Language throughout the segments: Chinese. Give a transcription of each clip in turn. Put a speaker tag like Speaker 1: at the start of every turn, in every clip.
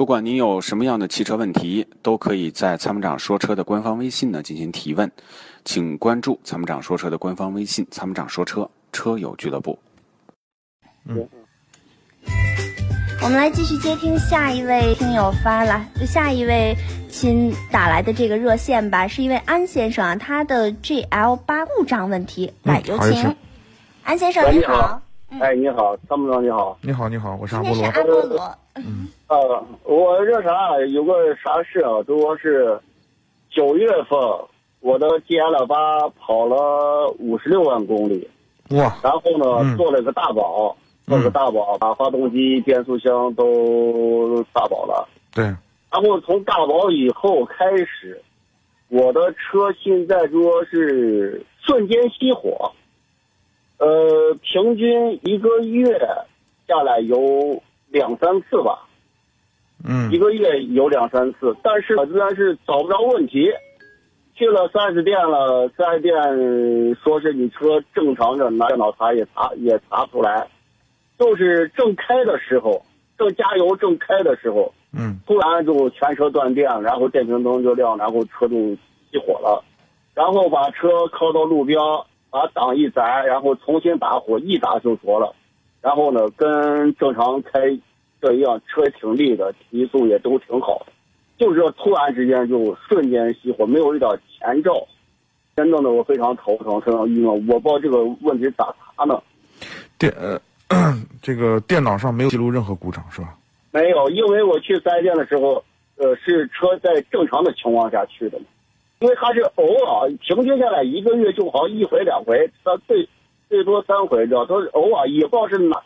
Speaker 1: 不管您有什么样的汽车问题，都可以在参谋长说车的官方微信呢进行提问，请关注参谋长说车的官方微信“参谋长说车车友俱乐部”。
Speaker 2: 我们来继续接听下一位听友发来下一位亲打来的这个热线吧，是一位安先生啊，他的 GL 八故障问题，来
Speaker 3: 嗯
Speaker 2: 有
Speaker 3: 好有
Speaker 2: 请
Speaker 3: 请。
Speaker 2: 安先生
Speaker 4: 喂
Speaker 2: 您
Speaker 4: 你好
Speaker 2: 好，
Speaker 4: 哎，你好，参谋长你好。
Speaker 3: 你好，你好，啊我是阿
Speaker 2: 今
Speaker 3: 波
Speaker 2: 天是
Speaker 3: 罗。
Speaker 2: 安波罗，
Speaker 4: 呃，我这啥有个啥事啊？就说是九月份我的 GL 八跑了五十六万公里，
Speaker 3: 哇，
Speaker 4: 然后呢
Speaker 3: 嗯
Speaker 4: 做了个大保，做了个大保，把发动机、变速箱都大保了。
Speaker 3: 对，
Speaker 4: 然后从大保以后开始，我的车现在说是瞬间熄火，呃，平均一个月下来有两三次吧，
Speaker 3: 嗯
Speaker 4: 一个月有两三次，但是我自然是找不着问题。去了 4S 店了，4S 店说是你车正常的，拿电脑查也查也查不出来，就是正开的时候，正加油正开的时候，
Speaker 3: 嗯
Speaker 4: 突然就全车断电，然后电瓶灯就亮，然后车就熄火了，然后把车靠到路边，把档一摘，然后重新打火，一打就着了。然后呢，跟正常开这一样，车挺利的，提速也都挺好，就是说突然之间就瞬间熄火，没有一点前兆，真弄得我非常头疼，非常郁闷。我不知道这个问题咋查呢？
Speaker 3: 电 呃，这个电脑上没有记录任何故障是吧？
Speaker 4: 没有，因为我去四 S 店的时候，呃，是车在正常的情况下去的嘛，因为他是偶尔，平均下来一个月就好一回两回，他最最多三回，知道都是偶尔，也不知道是哪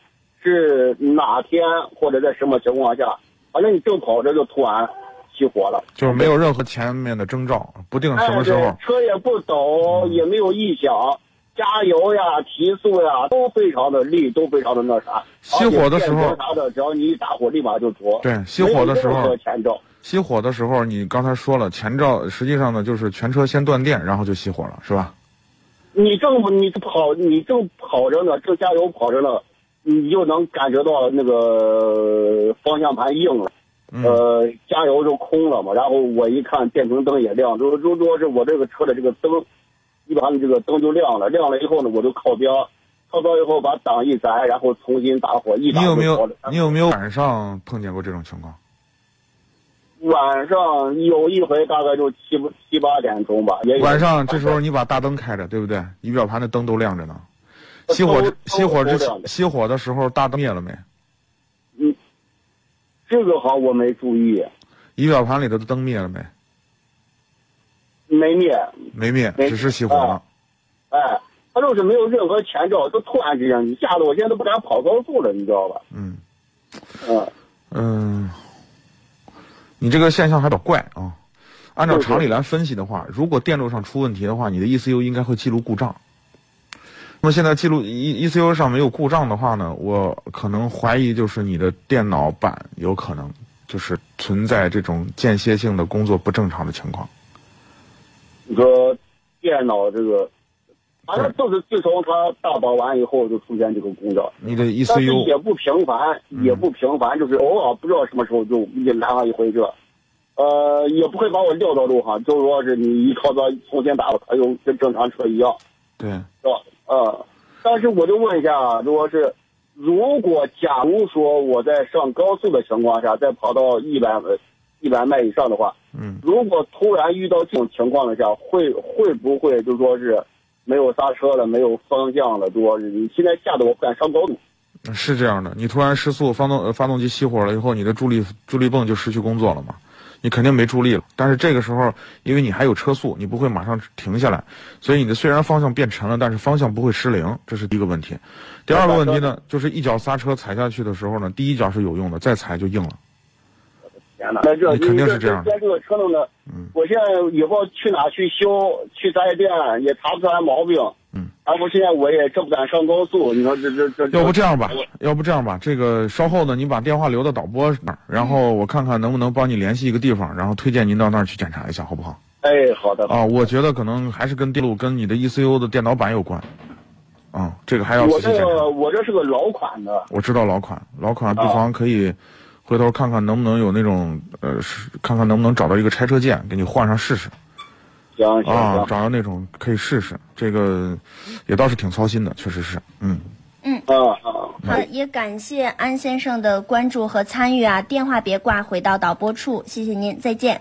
Speaker 4: 是哪天或者在什么情况下，反正你正跑着就突然熄火了，
Speaker 3: 就是没有任何前面的征兆，不定什么时
Speaker 4: 哎
Speaker 3: 候
Speaker 4: 对。车也不抖，也没有异响。加油呀，提速呀，都非常的利，都非常的那啥。
Speaker 3: 熄火的时候
Speaker 4: 而且电瓶啥的，只要你一打火，立马就着。
Speaker 3: 对熄火的时候
Speaker 4: 没有任何前兆。
Speaker 3: 熄火的时候，你刚才说了前兆，实际上呢就是全车先断电，然后就熄火了，是吧？
Speaker 4: 你正你跑你正跑着呢，正加油跑着呢，你就能感觉到那个方向盘硬了，
Speaker 3: 嗯
Speaker 4: 呃，加油就空了嘛。然后我一看电瓶灯也亮，如如如果是我这个车的这个灯，一般的这个灯就亮了，亮了以后呢，我就靠边，靠边以后把档一摘，然后重新打火，一打
Speaker 3: 你有
Speaker 4: 就
Speaker 3: 没
Speaker 4: 着
Speaker 3: 有
Speaker 4: 了。
Speaker 3: 你有没有晚上碰见过这种情况？
Speaker 4: 晚上有一回大概就七八七八点钟吧，也有
Speaker 3: 晚上这时候你把大灯开着，对不对？仪表盘的灯都亮着呢。熄火之
Speaker 4: 都都
Speaker 3: 熄火之前
Speaker 4: 都亮着
Speaker 3: 熄火的时候大灯灭了没？
Speaker 4: 这个好像我没注意，
Speaker 3: 仪表盘里的灯灭了没？
Speaker 4: 没灭。
Speaker 3: 没灭，
Speaker 4: 没
Speaker 3: 只是熄火了
Speaker 4: 啊。哎，他就是没有任何前兆，就突然之间，你吓得我现在都不敢跑高速了，你知道吧？
Speaker 3: 嗯
Speaker 4: 嗯，
Speaker 3: 嗯，你这个现象还比较怪啊。按照
Speaker 4: 对对
Speaker 3: 常理来分析的话，如果电路上出问题的话，你的 ECU 应该会记录故障。那么现在记录 E ECU 上没有故障的话呢，我可能怀疑就是你的电脑板有可能就是存在这种间歇性的工作不正常的情况。
Speaker 4: 你说电脑这个，反正就是自从他大保完以后就出现这个故障，
Speaker 3: 你的 E
Speaker 4: 但是
Speaker 3: ECU
Speaker 4: 也不频繁，也不频繁，就是偶尔不知道什么时候就也来上一回这。呃，也不会把我撂到路上，就说是你一靠边重新打我，他就跟正常车一样。
Speaker 3: 对，
Speaker 4: 是吧？嗯，但是我就问一下啊，如果是，如果假如说我在上高速的情况下，再跑到一百一百迈以上的话，
Speaker 3: 嗯，
Speaker 4: 如果突然遇到这种情况的下，会会不会就说是没有刹车了，没有方向了，就说是你现在吓得我不敢上高速。
Speaker 3: 是这样的，你突然失速，发动呃发动机熄火了以后，你的助力助力泵就失去工作了嘛，你肯定没助力了。但是这个时候，因为你还有车速，你不会马上停下来，所以你的虽然方向变沉了，但是方向不会失灵，这是第一个问题。第二个问题呢，就是一脚刹车踩下去的时候呢，第一脚是有用的，再踩就硬了。
Speaker 4: 天哪，那这
Speaker 3: 你肯定是这样的
Speaker 4: 这个车弄的，
Speaker 3: 嗯
Speaker 4: 我现在以后去哪去修，去四 S 店也查不出来毛病。
Speaker 3: 嗯，
Speaker 4: 然后现在我也这不敢上高速，你说这这这，
Speaker 3: 要不这样吧，要不这样吧，这个稍后呢，你把电话留到导播那儿，然后我看看能不能帮你联系一个地方，然后推荐您到那儿去检查一下，好不好？
Speaker 4: 哎，好的，好的
Speaker 3: 啊，我觉得可能还是跟电路、跟你的 ECU 的电脑板有关。啊，这个还要
Speaker 4: 我
Speaker 3: 仔细
Speaker 4: 这啊
Speaker 3: 检查。
Speaker 4: 个我这是个老款的，
Speaker 3: 我知道老款，老款不妨可以回头看看能不能有那种呃，是看看能不能找到一个拆车件给你换上试试
Speaker 4: 行行
Speaker 3: 啊，
Speaker 4: 行，
Speaker 3: 找到那种可以试试。这个也倒是挺操心的，确实是，嗯。
Speaker 4: 嗯嗯。
Speaker 2: 好，也感谢安先生的关注和参与啊！电话别挂，回到导播处，谢谢您，再见。